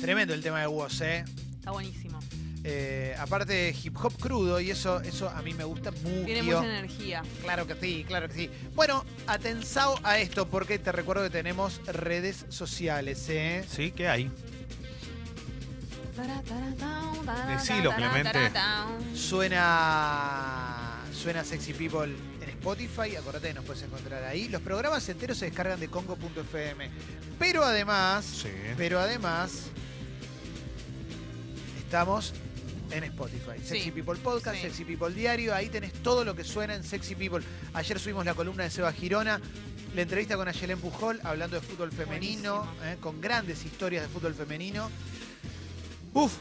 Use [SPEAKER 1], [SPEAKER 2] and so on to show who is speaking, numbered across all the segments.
[SPEAKER 1] Tremendo el tema de Woz, ¿eh?
[SPEAKER 2] Está buenísimo.
[SPEAKER 1] Eh, Aparte, hip hop crudo, y eso, eso a mí me gusta mucho.
[SPEAKER 2] Tiene mucha energía.
[SPEAKER 1] Claro que sí, claro que sí. Bueno, atensao a esto, porque te recuerdo que tenemos redes sociales, ¿eh?
[SPEAKER 3] Sí, ¿qué hay? Decilo, Clemente.
[SPEAKER 1] Suena. Suena Sexy People en Spotify. Acordate que nos puedes encontrar ahí. Los programas enteros se descargan de Congo.fm. Pero además.
[SPEAKER 3] Sí.
[SPEAKER 1] Pero además. Estamos en Spotify. Sexy
[SPEAKER 2] Sí.
[SPEAKER 1] People Podcast,
[SPEAKER 2] Sí.
[SPEAKER 1] Sexy People Diario. Ahí tenés todo lo que suena en Sexy People. Ayer subimos la columna de Seba Girona. La entrevista con Ayelen Pujol hablando de fútbol femenino,
[SPEAKER 2] Buenísimo.
[SPEAKER 1] eh, con grandes historias de fútbol femenino. Uf,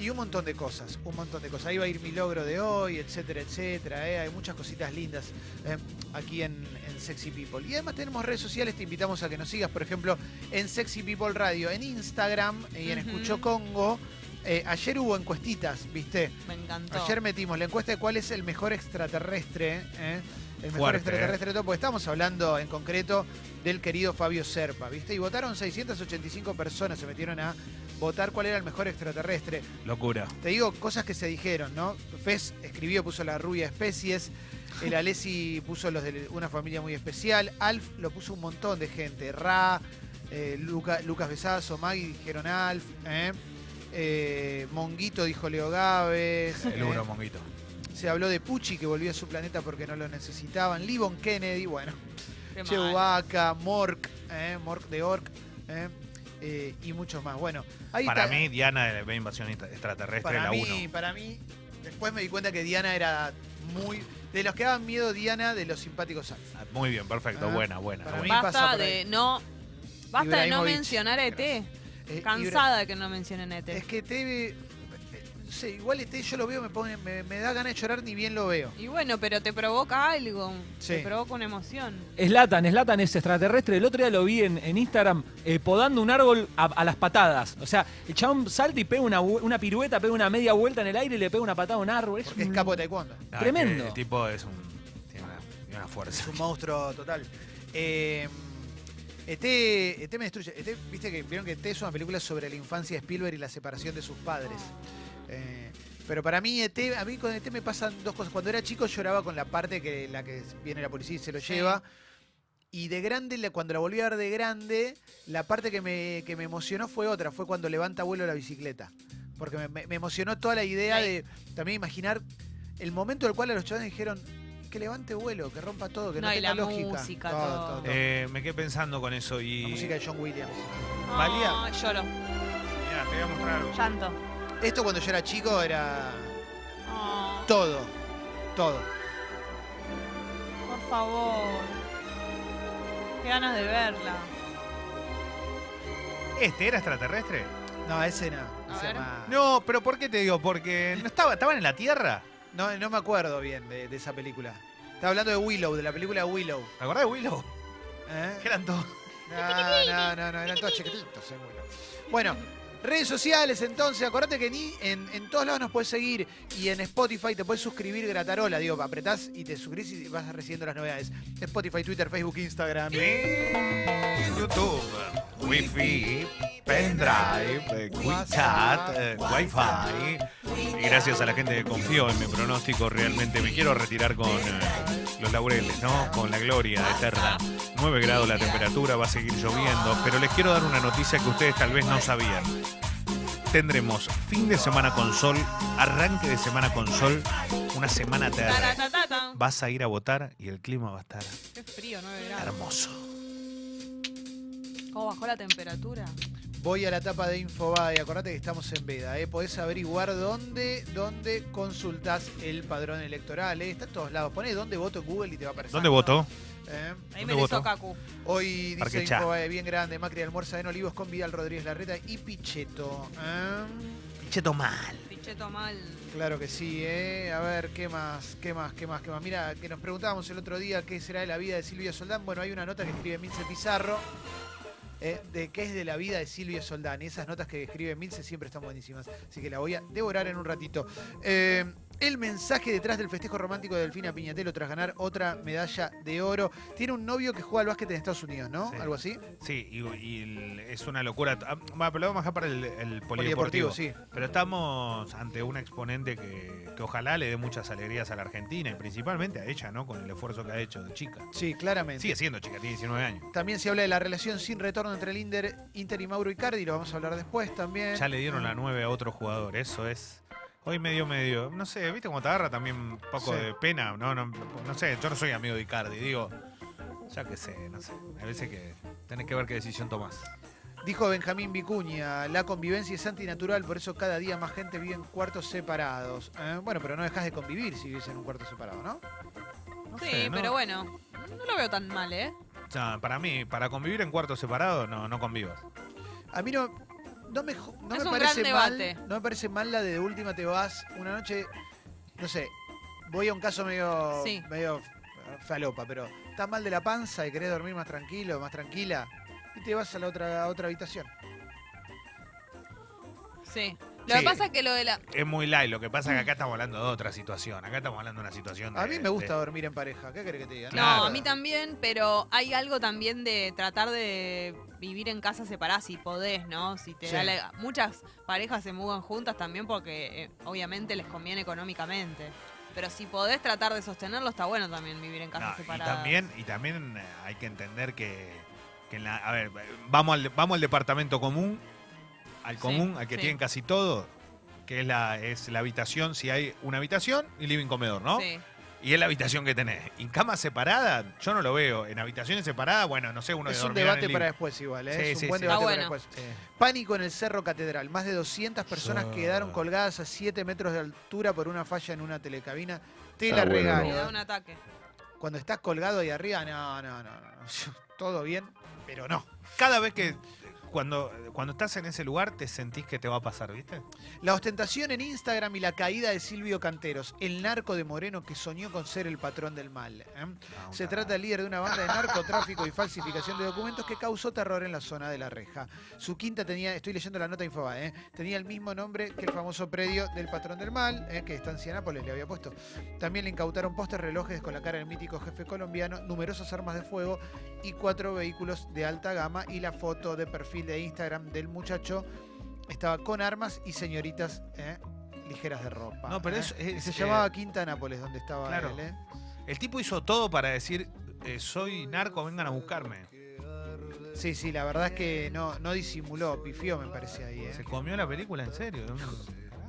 [SPEAKER 1] y un montón de cosas, un montón de cosas. Ahí va a ir mi logro de hoy, etcétera, etcétera. eh. Hay muchas cositas lindas eh, aquí en, en Sexy People. Y además tenemos redes sociales, te invitamos a que nos sigas, por ejemplo, en Sexy People Radio, en Instagram y en
[SPEAKER 2] Ujú.
[SPEAKER 1] Escucho Congo. Eh, ayer hubo encuestitas, ¿viste?
[SPEAKER 2] Me encantó.
[SPEAKER 1] Ayer metimos la encuesta de cuál es el mejor extraterrestre, ¿eh? el mejor
[SPEAKER 3] Fuerte,
[SPEAKER 1] extraterrestre de todo, porque estábamos hablando en concreto del querido Fabio Serpa, ¿viste? Y votaron 685 personas, se metieron a votar cuál era el mejor extraterrestre.
[SPEAKER 3] Locura.
[SPEAKER 1] Te digo cosas que se dijeron, ¿no? Fez escribió, puso la rubia especies, el Alessi puso los de una familia muy especial, Alf lo puso un montón de gente, Ra, eh, Luca- Lucas Besazo, Maggie dijeron Alf, ¿eh? Eh, Monguito dijo Leo Gávez.
[SPEAKER 3] El
[SPEAKER 1] ¿eh?
[SPEAKER 3] uno, monguito.
[SPEAKER 1] Se habló de Pucci que volvió a su planeta porque no lo necesitaban. Livon Kennedy, bueno.
[SPEAKER 2] Qué mal.
[SPEAKER 1] Chewbacca, Mork, ¿eh? Mork de Ork, ¿eh? Eh, y muchos más. Bueno, ahí
[SPEAKER 3] Para
[SPEAKER 1] está-
[SPEAKER 3] mí, Diana de la invasión inter- extraterrestre,
[SPEAKER 1] para
[SPEAKER 3] la
[SPEAKER 1] mí,
[SPEAKER 3] 1.
[SPEAKER 1] para mí, después me di cuenta que Diana era muy. De los que daban miedo, Diana, de los simpáticos Alfa.
[SPEAKER 3] Muy bien, perfecto.
[SPEAKER 1] Ah,
[SPEAKER 3] buena, buena.
[SPEAKER 1] para
[SPEAKER 3] buena.
[SPEAKER 1] mí pasa
[SPEAKER 2] Basta
[SPEAKER 1] por
[SPEAKER 2] de
[SPEAKER 1] ahí.
[SPEAKER 2] no. Basta de no
[SPEAKER 1] Ibrahimovic.
[SPEAKER 2] mencionar a ET.
[SPEAKER 1] Eh, y-
[SPEAKER 2] Cansada de que no mencionen E a
[SPEAKER 1] Es
[SPEAKER 2] ET.
[SPEAKER 1] que te. No sé, igual este yo lo veo, me, pone, me, me da ganas de llorar, ni bien lo veo.
[SPEAKER 2] Y bueno, pero te provoca algo.
[SPEAKER 1] Sí.
[SPEAKER 2] Te provoca una emoción.
[SPEAKER 4] Slatan, Slatan es extraterrestre. El otro día lo vi en, en Instagram eh, podando un árbol a, a las patadas. O sea, el chabón salta y pega una, vu- una pirueta, pega una media vuelta en el aire y le pega una patada a un árbol. Es
[SPEAKER 1] Porque
[SPEAKER 4] un-
[SPEAKER 1] es capo de taekwondo.
[SPEAKER 3] No,
[SPEAKER 4] Tremendo.
[SPEAKER 3] es que El tipo es un. Tiene una, tiene una
[SPEAKER 1] Es
[SPEAKER 3] fuerza.
[SPEAKER 1] un monstruo total. Eh, ET, ET me destruye. ET, Viste que vieron que ET es una película sobre la infancia de Spielberg y la separación de sus padres. Eh, pero para mí, ET, a mí con ET me pasan dos cosas. Cuando era chico lloraba con la parte que la que viene la policía y se lo
[SPEAKER 2] Sí.
[SPEAKER 1] lleva. Y de grande, la- cuando la volví a ver de grande, la parte que me, que me emocionó fue otra, fue cuando levanta vuelo la bicicleta. Porque me, me- me emocionó toda la idea
[SPEAKER 2] Sí.
[SPEAKER 1] de también imaginar el momento en el cual a los chavales dijeron que levante vuelo, que rompa todo, que no,
[SPEAKER 2] No, y
[SPEAKER 1] tenga
[SPEAKER 2] la
[SPEAKER 1] lógica.
[SPEAKER 2] música, todo.
[SPEAKER 3] Eh, me quedé pensando con eso y.
[SPEAKER 1] La música de John Williams.
[SPEAKER 3] Valía.
[SPEAKER 2] Ah, lloro.
[SPEAKER 3] Mirá, te voy a mostrar algo.
[SPEAKER 2] Llanto.
[SPEAKER 1] Esto cuando yo era chico era
[SPEAKER 2] Ah,
[SPEAKER 1] todo, todo.
[SPEAKER 2] por favor. Qué ganas de verla.
[SPEAKER 3] ¿Este era extraterrestre?
[SPEAKER 1] No, ese no.
[SPEAKER 2] A
[SPEAKER 1] ese
[SPEAKER 2] ver.
[SPEAKER 1] más-
[SPEAKER 3] No, pero ¿por qué te digo? Porque no estaba, estaban en la Tierra.
[SPEAKER 1] No, no me acuerdo bien de, de esa película. Estaba hablando de Willow, de la película Willow.
[SPEAKER 3] ¿Te acordás de Willow?
[SPEAKER 1] ¿eh?
[SPEAKER 3] Que eran todos.
[SPEAKER 1] No, no, no, no, eran todos chiquititos, eh, Willow. Bueno, redes sociales entonces, acordate que ni en, en todos lados nos puedes seguir y en Spotify te puedes suscribir gratarola, digo, apretás y te suscribís y vas recibiendo las novedades. Spotify, Twitter, Facebook, Instagram.
[SPEAKER 3] YouTube, Wi-Fi, pendrive, WeChat, eh, Wi-Fi. Y gracias a la gente que confió en mi pronóstico, realmente me quiero retirar con eh, los laureles, ¿no? Con la gloria eterna. 9 grados la temperatura, va a seguir lloviendo, pero les quiero dar una noticia que ustedes tal vez no sabían. Tendremos fin de semana con sol, arranque de semana con sol, una semana terra.
[SPEAKER 2] Taratatata.
[SPEAKER 3] Vas a ir a votar y el clima va a estar
[SPEAKER 2] Qué frío, 9 grados.
[SPEAKER 3] hermoso.
[SPEAKER 2] ¿Cómo bajó la temperatura?
[SPEAKER 1] Voy a la tapa de Infobae, acordate que estamos en veda, ¿eh? podés averiguar dónde, dónde consultás el padrón electoral, ¿eh? está en todos lados, ponés dónde voto en Google y te va a aparecer.
[SPEAKER 3] ¿Dónde votó?
[SPEAKER 1] ¿Eh?
[SPEAKER 2] Ahí
[SPEAKER 3] ¿Dónde
[SPEAKER 2] me hizo
[SPEAKER 3] votó?
[SPEAKER 2] Kaku.
[SPEAKER 1] Hoy dice
[SPEAKER 3] Parque Chá.
[SPEAKER 1] Infobae bien grande, Macri almuerza en Olivos con Vidal Rodríguez Larreta y Pichetto. ¿eh?
[SPEAKER 3] Picheto mal.
[SPEAKER 2] Picheto mal.
[SPEAKER 1] Claro que sí, ¿eh? A ver, ¿qué más? ¿Qué más? ¿Qué más? ¿Qué más? Mira, que nos preguntábamos el otro día qué será de la vida de Silvia Soldán. Bueno, hay una nota que escribe Milce Pizarro eh, de qué es de la vida de Silvio Soldán. Y esas notas que escribe Milce siempre están buenísimas. Así que la voy a devorar en un ratito. Eh, el mensaje detrás del festejo romántico de Delfina Piñatelo tras ganar otra medalla de oro. Tiene un novio que juega al básquet en Estados Unidos, ¿no?
[SPEAKER 3] Sí.
[SPEAKER 1] Algo así.
[SPEAKER 3] Sí, y, y el- es una locura. Ah, bueno, pero lo vamos a dejar para el, el polideportivo.
[SPEAKER 1] Polideportivo, sí.
[SPEAKER 3] Pero estamos ante un exponente que, que ojalá le dé muchas alegrías a la Argentina y principalmente a ella, ¿no? Con el esfuerzo que ha hecho de chica.
[SPEAKER 1] Sí, claramente.
[SPEAKER 3] Sigue siendo chica, tiene 19 años.
[SPEAKER 1] También se habla de la relación sin retorno entre el Inter, Inter y Mauro Icardi, lo vamos a hablar después también.
[SPEAKER 3] Ya le dieron la 9 a otro jugador, eso es. Hoy medio medio, no sé, viste cómo te agarra también un poco
[SPEAKER 1] Sí.
[SPEAKER 3] de pena, no, no, no sé, yo no soy amigo de Icardi, digo, ya que sé, no sé, a veces que tenés que ver qué decisión tomás.
[SPEAKER 1] Dijo Benjamín Vicuña, la convivencia es antinatural, por eso cada día más gente vive en cuartos separados. Eh, bueno, pero no dejas de convivir si vives en un cuarto separado, ¿no?
[SPEAKER 3] No
[SPEAKER 2] Sí,
[SPEAKER 3] sé, ¿no?
[SPEAKER 2] pero bueno. No lo veo tan mal, ¿eh?
[SPEAKER 3] No, para mí, para convivir en cuartos separados, no, no convivas.
[SPEAKER 1] A mí no, no me, jo- no
[SPEAKER 2] Es
[SPEAKER 1] me
[SPEAKER 2] un
[SPEAKER 1] parece
[SPEAKER 2] gran
[SPEAKER 1] mal.
[SPEAKER 2] debate.
[SPEAKER 1] No me parece mal la de, de última te vas una noche, no sé, voy a un caso medio,
[SPEAKER 2] Sí.
[SPEAKER 1] medio eh, falopa, pero estás mal de la panza y querés dormir más tranquilo, más tranquila, y te vas a la otra, a otra habitación.
[SPEAKER 2] Sí. Lo
[SPEAKER 3] Sí.
[SPEAKER 2] que pasa es que lo de la.
[SPEAKER 3] Es muy light, lo que pasa es que acá estamos hablando de otra situación, acá estamos hablando de una situación de-
[SPEAKER 1] A mí me gusta
[SPEAKER 3] de-
[SPEAKER 1] dormir en pareja, ¿qué querés que te diga?
[SPEAKER 3] Claro.
[SPEAKER 2] No, a mí también, pero hay algo también de tratar de vivir en casa separada si podés, ¿no? Si te
[SPEAKER 1] Sí.
[SPEAKER 2] da la- muchas parejas se mudan juntas también porque eh, obviamente les conviene económicamente. Pero si podés tratar de sostenerlo, está bueno también vivir en casa
[SPEAKER 3] No, y
[SPEAKER 2] separada.
[SPEAKER 3] también, y también eh, hay que entender que, que en la- a ver, vamos al, vamos al departamento común, al
[SPEAKER 2] Sí,
[SPEAKER 3] común, al que
[SPEAKER 2] sí.
[SPEAKER 3] tienen casi todo, que es la, es la habitación, si hay una habitación y living comedor, ¿no?
[SPEAKER 2] Sí.
[SPEAKER 3] Y es la habitación que tenés. Y cama separada, yo no lo veo. En habitaciones separadas, bueno, no sé, uno
[SPEAKER 1] es un
[SPEAKER 3] dormirá en
[SPEAKER 1] debate
[SPEAKER 3] el
[SPEAKER 1] para
[SPEAKER 3] living.
[SPEAKER 1] después igual, ¿eh?
[SPEAKER 3] Sí,
[SPEAKER 1] es un
[SPEAKER 3] sí,
[SPEAKER 1] buen
[SPEAKER 3] sí.
[SPEAKER 1] debate
[SPEAKER 2] Ah,
[SPEAKER 1] para
[SPEAKER 2] bueno.
[SPEAKER 1] después. Pánico en el Cerro Catedral. Más de 200 personas
[SPEAKER 3] Yo-
[SPEAKER 1] quedaron colgadas a 7 metros de altura por una falla en una telecabina. Te
[SPEAKER 5] Está
[SPEAKER 1] la
[SPEAKER 5] bueno,
[SPEAKER 1] regalo.
[SPEAKER 2] Me
[SPEAKER 5] ¿no?
[SPEAKER 1] ¿eh?
[SPEAKER 2] da un ataque.
[SPEAKER 1] Cuando estás colgado ahí arriba, no, no, no. no. Todo bien, pero no.
[SPEAKER 3] Cada vez que cuando, cuando estás en ese lugar te sentís que te va a pasar, ¿viste?
[SPEAKER 1] La ostentación en Instagram y la caída de Silvio Canteros, el narco de Moreno que soñó con ser el patrón del mal. ¿eh?
[SPEAKER 3] No,
[SPEAKER 1] Se
[SPEAKER 3] una-
[SPEAKER 1] trata del líder de una banda de narcotráfico y falsificación de documentos que causó terror en la zona de la reja. Su quinta tenía, estoy leyendo la nota Infobae, ¿eh? tenía el mismo nombre que el famoso predio del patrón del mal, ¿eh? que Estancia Nápoles le había puesto. También le incautaron postes, relojes con la cara del mítico jefe colombiano, numerosas armas de fuego y cuatro vehículos de alta gama y la foto de perfil de Instagram del muchacho estaba con armas y señoritas ¿eh? ligeras de ropa.
[SPEAKER 3] No, pero
[SPEAKER 1] ¿eh?
[SPEAKER 3] es-
[SPEAKER 1] Y
[SPEAKER 3] es,
[SPEAKER 1] se
[SPEAKER 3] eh,
[SPEAKER 1] llamaba Quinta Nápoles, donde estaba
[SPEAKER 3] claro.
[SPEAKER 1] él. ¿eh?
[SPEAKER 3] El tipo hizo todo para decir, eh, soy narco, vengan a buscarme.
[SPEAKER 1] Sí, sí, la verdad es que no, no disimuló, pifió, me parece ahí, ¿eh?
[SPEAKER 3] Se comió la película, en serio. ¿no?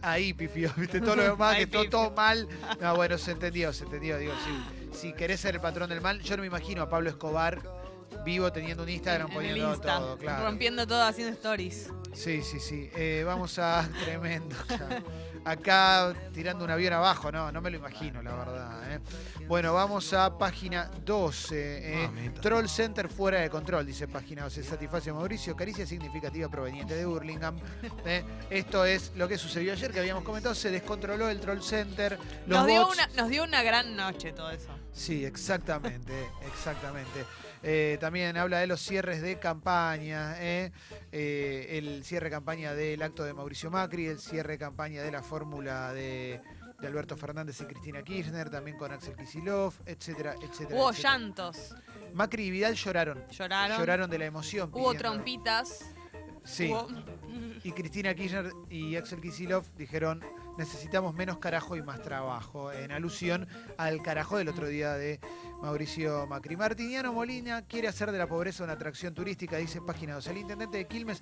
[SPEAKER 1] Ahí pifió, viste, todo lo demás, que
[SPEAKER 2] Ahí
[SPEAKER 1] todo,
[SPEAKER 2] pifió.
[SPEAKER 1] todo mal. No, bueno, se entendió, se entendió, digo, sí. Si querés ser el patrón del mal, yo no me imagino a Pablo Escobar vivo teniendo un Instagram
[SPEAKER 2] en el
[SPEAKER 1] poniendo
[SPEAKER 2] Insta,
[SPEAKER 1] todo, claro.
[SPEAKER 2] rompiendo todo, haciendo stories.
[SPEAKER 1] Sí, sí, sí. Eh, vamos a. Tremendo. claro. Acá tirando un avión abajo, no, no me lo imagino, la verdad. ¿eh? Bueno, vamos a página 12. ¿eh?
[SPEAKER 3] Mamita.
[SPEAKER 1] Troll Center fuera de control, dice página 12. Satisface a Mauricio, caricia significativa proveniente de Burlingame. ¿eh? Esto es lo que sucedió ayer, que habíamos comentado. Se descontroló el Troll Center. Los
[SPEAKER 2] Nos dio,
[SPEAKER 1] bots-
[SPEAKER 2] una, nos dio una gran noche todo eso.
[SPEAKER 1] Sí, exactamente, exactamente. Eh, también habla de los cierres de campaña, ¿eh? Eh, el cierre de campaña del acto de Mauricio Macri, el cierre de campaña de la fórmula de, de Alberto Fernández y Cristina Kirchner, también con Axel Kisilov, etcétera, etcétera.
[SPEAKER 2] Hubo
[SPEAKER 1] etcétera.
[SPEAKER 2] llantos,
[SPEAKER 1] Macri y Vidal lloraron,
[SPEAKER 2] lloraron.
[SPEAKER 1] lloraron de la emoción.
[SPEAKER 2] Hubo
[SPEAKER 1] pidiendo-
[SPEAKER 2] trompitas.
[SPEAKER 1] Sí.
[SPEAKER 2] hubo-
[SPEAKER 1] Y Cristina Kirchner y Axel Kisilov dijeron necesitamos menos carajo y más trabajo, en alusión al carajo del otro día de Mauricio Macri. Martiniano Molina quiere hacer de la pobreza una atracción turística, dice Página 12. El intendente de Quilmes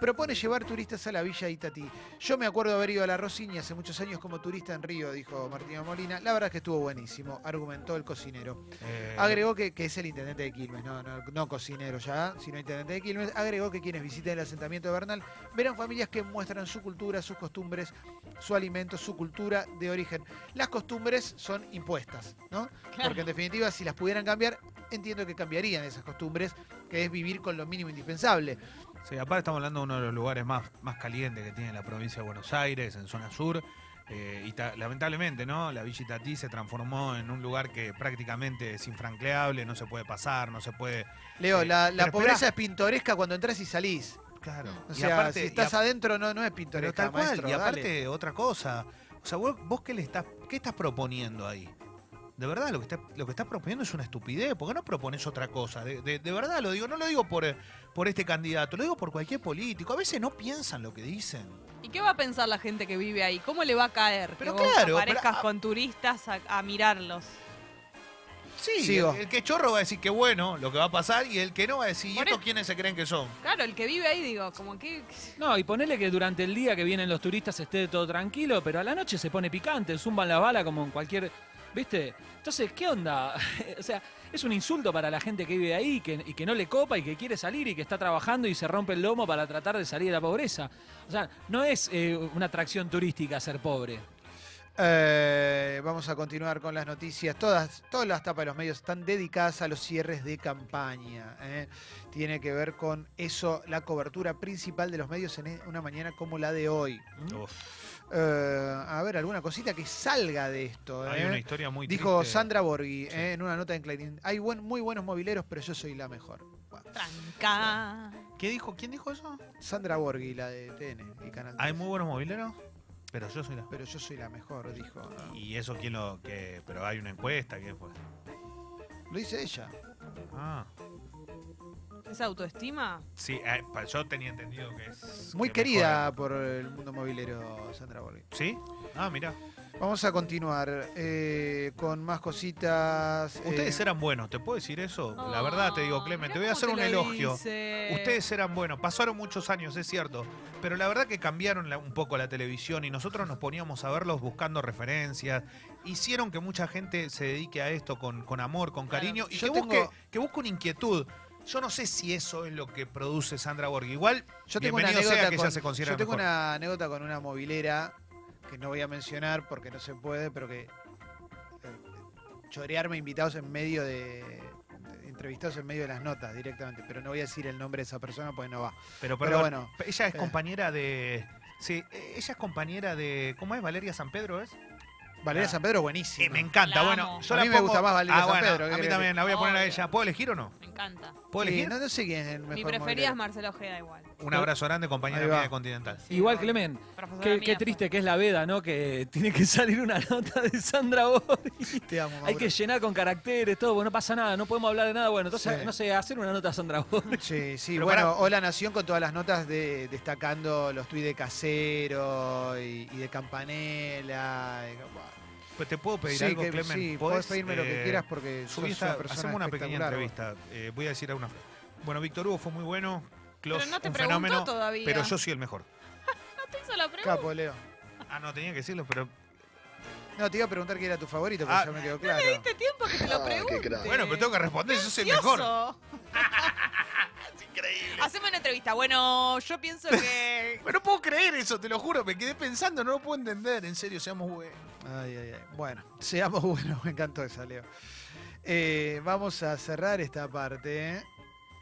[SPEAKER 1] propone llevar turistas a la Villa Itatí. Yo me acuerdo haber ido a la Rosiña hace muchos años como turista en Río, dijo Martiniano Molina. La verdad es que estuvo buenísimo, argumentó el cocinero.
[SPEAKER 3] Eh,
[SPEAKER 1] Agregó que, que es el intendente de Quilmes, no, no, no cocinero ya, sino intendente de Quilmes. Agregó que quienes visiten el asentamiento de Bernal verán familias que muestran su cultura, sus costumbres, su alimento, su cultura de origen. Las costumbres son impuestas, ¿no?
[SPEAKER 2] Claro.
[SPEAKER 1] Porque en definitiva, si las pudieran cambiar, entiendo que cambiarían esas costumbres, que es vivir con lo mínimo indispensable.
[SPEAKER 3] Sí, aparte estamos hablando de uno de los lugares más, más calientes que tiene la provincia de Buenos Aires, en zona sur, Eh, y ta- lamentablemente, ¿no? La Villa Itatí se transformó en un lugar que prácticamente es infranqueable, no se puede pasar, no se puede.
[SPEAKER 1] Leo,
[SPEAKER 3] Eh,
[SPEAKER 1] la, la
[SPEAKER 3] pero
[SPEAKER 1] pobreza
[SPEAKER 3] esperá.
[SPEAKER 1] es pintoresca cuando entras y salís.
[SPEAKER 3] Claro.
[SPEAKER 1] O sea, si estás adentro no, no es
[SPEAKER 3] Pero
[SPEAKER 1] pintoresca,
[SPEAKER 3] tal cual,
[SPEAKER 1] maestro,
[SPEAKER 3] y
[SPEAKER 1] dale.
[SPEAKER 3] aparte, otra cosa. O sea, vos, vos qué le estás, qué estás proponiendo ahí. De verdad, lo que, está- lo que estás proponiendo es una estupidez. ¿Por qué no propones otra cosa? De, de- de verdad, lo digo, no lo digo por, eh, por este candidato, lo digo por cualquier político. A veces no piensan lo que dicen.
[SPEAKER 2] ¿Y qué va a pensar la gente que vive ahí? ¿Cómo le va a caer
[SPEAKER 3] Pero
[SPEAKER 2] que vos
[SPEAKER 3] claro,
[SPEAKER 2] aparezcas
[SPEAKER 3] pero a-
[SPEAKER 2] con turistas a, a mirarlos?
[SPEAKER 3] Sí,
[SPEAKER 1] Sigo.
[SPEAKER 3] El, el que chorro va a decir que bueno lo que va a pasar y el que no va a decir, ¿y
[SPEAKER 2] Por
[SPEAKER 3] estos
[SPEAKER 2] eso-
[SPEAKER 3] quiénes se creen que son?
[SPEAKER 2] Claro, el que vive ahí, digo, como que...
[SPEAKER 4] No, y ponele que durante el día que vienen los turistas esté todo tranquilo, pero a la noche se pone picante, zumban la bala como en cualquier. ¿Viste? Entonces, ¿qué onda? o sea, es un insulto para la gente que vive ahí que, y que no le copa y que quiere salir y que está trabajando y se rompe el lomo para tratar de salir de la pobreza. O sea, no es eh, una atracción turística ser pobre.
[SPEAKER 1] Eh, vamos a continuar con las noticias. Todas, todas las tapas de los medios están dedicadas a los cierres de campaña. ¿eh? Tiene que ver con eso, la cobertura principal de los medios en e- una mañana como la de hoy. ¿Mm? Eh, a ver, alguna cosita que salga de esto. ¿eh?
[SPEAKER 3] historia muy
[SPEAKER 1] Dijo Sandra Borghi ¿eh? en una nota en Clarín. Hay buen- muy buenos mobileros, pero yo soy la mejor. Bueno,
[SPEAKER 2] Tranca.
[SPEAKER 3] ¿Qué dijo? ¿Quién dijo eso?
[SPEAKER 1] Sandra Borghi, la de TN y Canal 13.
[SPEAKER 3] Hay muy buenos mobileros, pero yo soy la.
[SPEAKER 1] Pero yo soy la mejor, dijo. ¿no?
[SPEAKER 3] Y eso quién lo que. Pero hay una encuesta, ¿quién fue?
[SPEAKER 1] Lo dice ella.
[SPEAKER 3] Ah.
[SPEAKER 2] ¿Es autoestima?
[SPEAKER 3] Sí, eh, pa- yo tenía entendido que es.
[SPEAKER 1] Muy
[SPEAKER 3] que
[SPEAKER 1] querida por el mundo mobilero, Sandra Borghi.
[SPEAKER 3] mejora. ¿Sí? Ah, mira.
[SPEAKER 1] Vamos a continuar eh, con más cositas. eh,
[SPEAKER 3] Ustedes eran buenos, ¿te puedo decir eso?
[SPEAKER 2] Ah,
[SPEAKER 3] La verdad te digo, Clemente, te voy a hacer un elogio. Ustedes eran buenos, pasaron muchos años, es cierto, pero la verdad que cambiaron la- un poco la televisión y nosotros nos poníamos a verlos buscando referencias, hicieron que mucha gente se dedique a esto con, con amor, con
[SPEAKER 2] Claro.
[SPEAKER 3] cariño y
[SPEAKER 1] Yo
[SPEAKER 3] que,
[SPEAKER 1] tengo-
[SPEAKER 3] busque, que busque una inquietud. Yo no sé si eso es lo que produce Sandra Borg. Igual,
[SPEAKER 1] Yo tengo una
[SPEAKER 3] bienvenido
[SPEAKER 1] anécdota
[SPEAKER 3] sea que
[SPEAKER 1] con-
[SPEAKER 3] ella se considere
[SPEAKER 1] yo tengo
[SPEAKER 3] mejor.
[SPEAKER 1] una anécdota con una mobilera que no voy a mencionar porque no se puede, pero que eh, chorearme invitados en medio de, de- entrevistados en medio de las notas directamente, pero no voy a decir el nombre de esa persona porque no va. Pero
[SPEAKER 3] Pero, perdón,
[SPEAKER 1] bueno,
[SPEAKER 3] Ella es
[SPEAKER 1] Eh.
[SPEAKER 3] compañera de. Sí, eh, ella es compañera de. ¿Cómo es? Valeria San Pedro, ¿es?
[SPEAKER 1] Valeria
[SPEAKER 3] Ah.
[SPEAKER 1] San Pedro
[SPEAKER 3] Sí,
[SPEAKER 1] buenísima.
[SPEAKER 3] me encanta.
[SPEAKER 2] La
[SPEAKER 3] bueno,
[SPEAKER 2] amo.
[SPEAKER 3] yo
[SPEAKER 1] A
[SPEAKER 3] la
[SPEAKER 1] mí me
[SPEAKER 3] pongo-
[SPEAKER 1] gusta más Valeria
[SPEAKER 3] Ah,
[SPEAKER 1] San
[SPEAKER 3] bueno,
[SPEAKER 1] Pedro, ¿qué
[SPEAKER 3] A mí
[SPEAKER 1] querés
[SPEAKER 3] también, la voy a poner a
[SPEAKER 2] Obvio.
[SPEAKER 3] ella. ¿Puedo elegir o no?
[SPEAKER 2] Me encanta.
[SPEAKER 3] ¿Puedo
[SPEAKER 1] Sí,
[SPEAKER 3] elegir?
[SPEAKER 1] no, no sé quién es el mejor
[SPEAKER 2] Mi preferida
[SPEAKER 1] mobilero.
[SPEAKER 2] es Marcelo Ojeda igual.
[SPEAKER 3] Un abrazo grande, compañera
[SPEAKER 1] Ahí va.
[SPEAKER 3] mía de Continental.
[SPEAKER 2] Sí,
[SPEAKER 4] Igual,
[SPEAKER 2] obvio.
[SPEAKER 4] Clemen,
[SPEAKER 2] Profesora
[SPEAKER 4] qué,
[SPEAKER 2] mía
[SPEAKER 4] qué
[SPEAKER 2] fue.
[SPEAKER 4] triste que es la veda, ¿no? Que tiene que salir una nota de Sandra Borghi.
[SPEAKER 1] Te amo,
[SPEAKER 4] Hay que
[SPEAKER 1] Mauro.
[SPEAKER 4] llenar con caracteres, todo, bueno, no pasa nada, no podemos hablar de nada. Bueno, entonces,
[SPEAKER 1] Sí.
[SPEAKER 4] no sé, hacer una nota a Sandra Borghi.
[SPEAKER 1] Sí, sí,
[SPEAKER 3] Pero
[SPEAKER 1] bueno,
[SPEAKER 3] pará.
[SPEAKER 1] Hola Nación con todas las notas de- destacando los tuits de Casero y, y de Campanella. y- bueno.
[SPEAKER 3] Pues te puedo pedir
[SPEAKER 1] sí,
[SPEAKER 3] algo,
[SPEAKER 1] que-
[SPEAKER 3] Clemen.
[SPEAKER 1] sí, podés pedirme lo que
[SPEAKER 3] eh,
[SPEAKER 1] quieras porque sos
[SPEAKER 3] subí esta-
[SPEAKER 1] una persona
[SPEAKER 3] hacemos una pequeña
[SPEAKER 1] espectacular, vos.
[SPEAKER 3] entrevista. Eh, voy a decir una frase. Bueno, Víctor Hugo fue muy bueno. Klaus,
[SPEAKER 2] Pero no te
[SPEAKER 3] un
[SPEAKER 2] preguntó
[SPEAKER 3] fenómeno.
[SPEAKER 2] todavía.
[SPEAKER 3] Pero yo soy el mejor.
[SPEAKER 2] No te hizo la pregunta.
[SPEAKER 1] Capo, Leo.
[SPEAKER 3] Ah, no, tenía que decirlo, pero.
[SPEAKER 1] No, te iba a preguntar quién era tu favorito, pero
[SPEAKER 3] Ah.
[SPEAKER 1] ya me quedó claro.
[SPEAKER 2] Este tiempo que te lo
[SPEAKER 5] Ah, qué
[SPEAKER 2] pregunte.
[SPEAKER 5] crack.
[SPEAKER 3] Bueno, pero tengo que responder, yo soy el
[SPEAKER 2] Ansioso.
[SPEAKER 3] mejor. Increíble.
[SPEAKER 2] Haceme una entrevista. Bueno, yo pienso que.
[SPEAKER 3] Pero no puedo creer eso, te lo juro. Me quedé pensando, no lo puedo entender. En serio, seamos buenos.
[SPEAKER 1] Ay, ay, ay. Bueno, seamos buenos, me encantó esa, Leo. Eh, vamos a cerrar esta parte. ¿eh?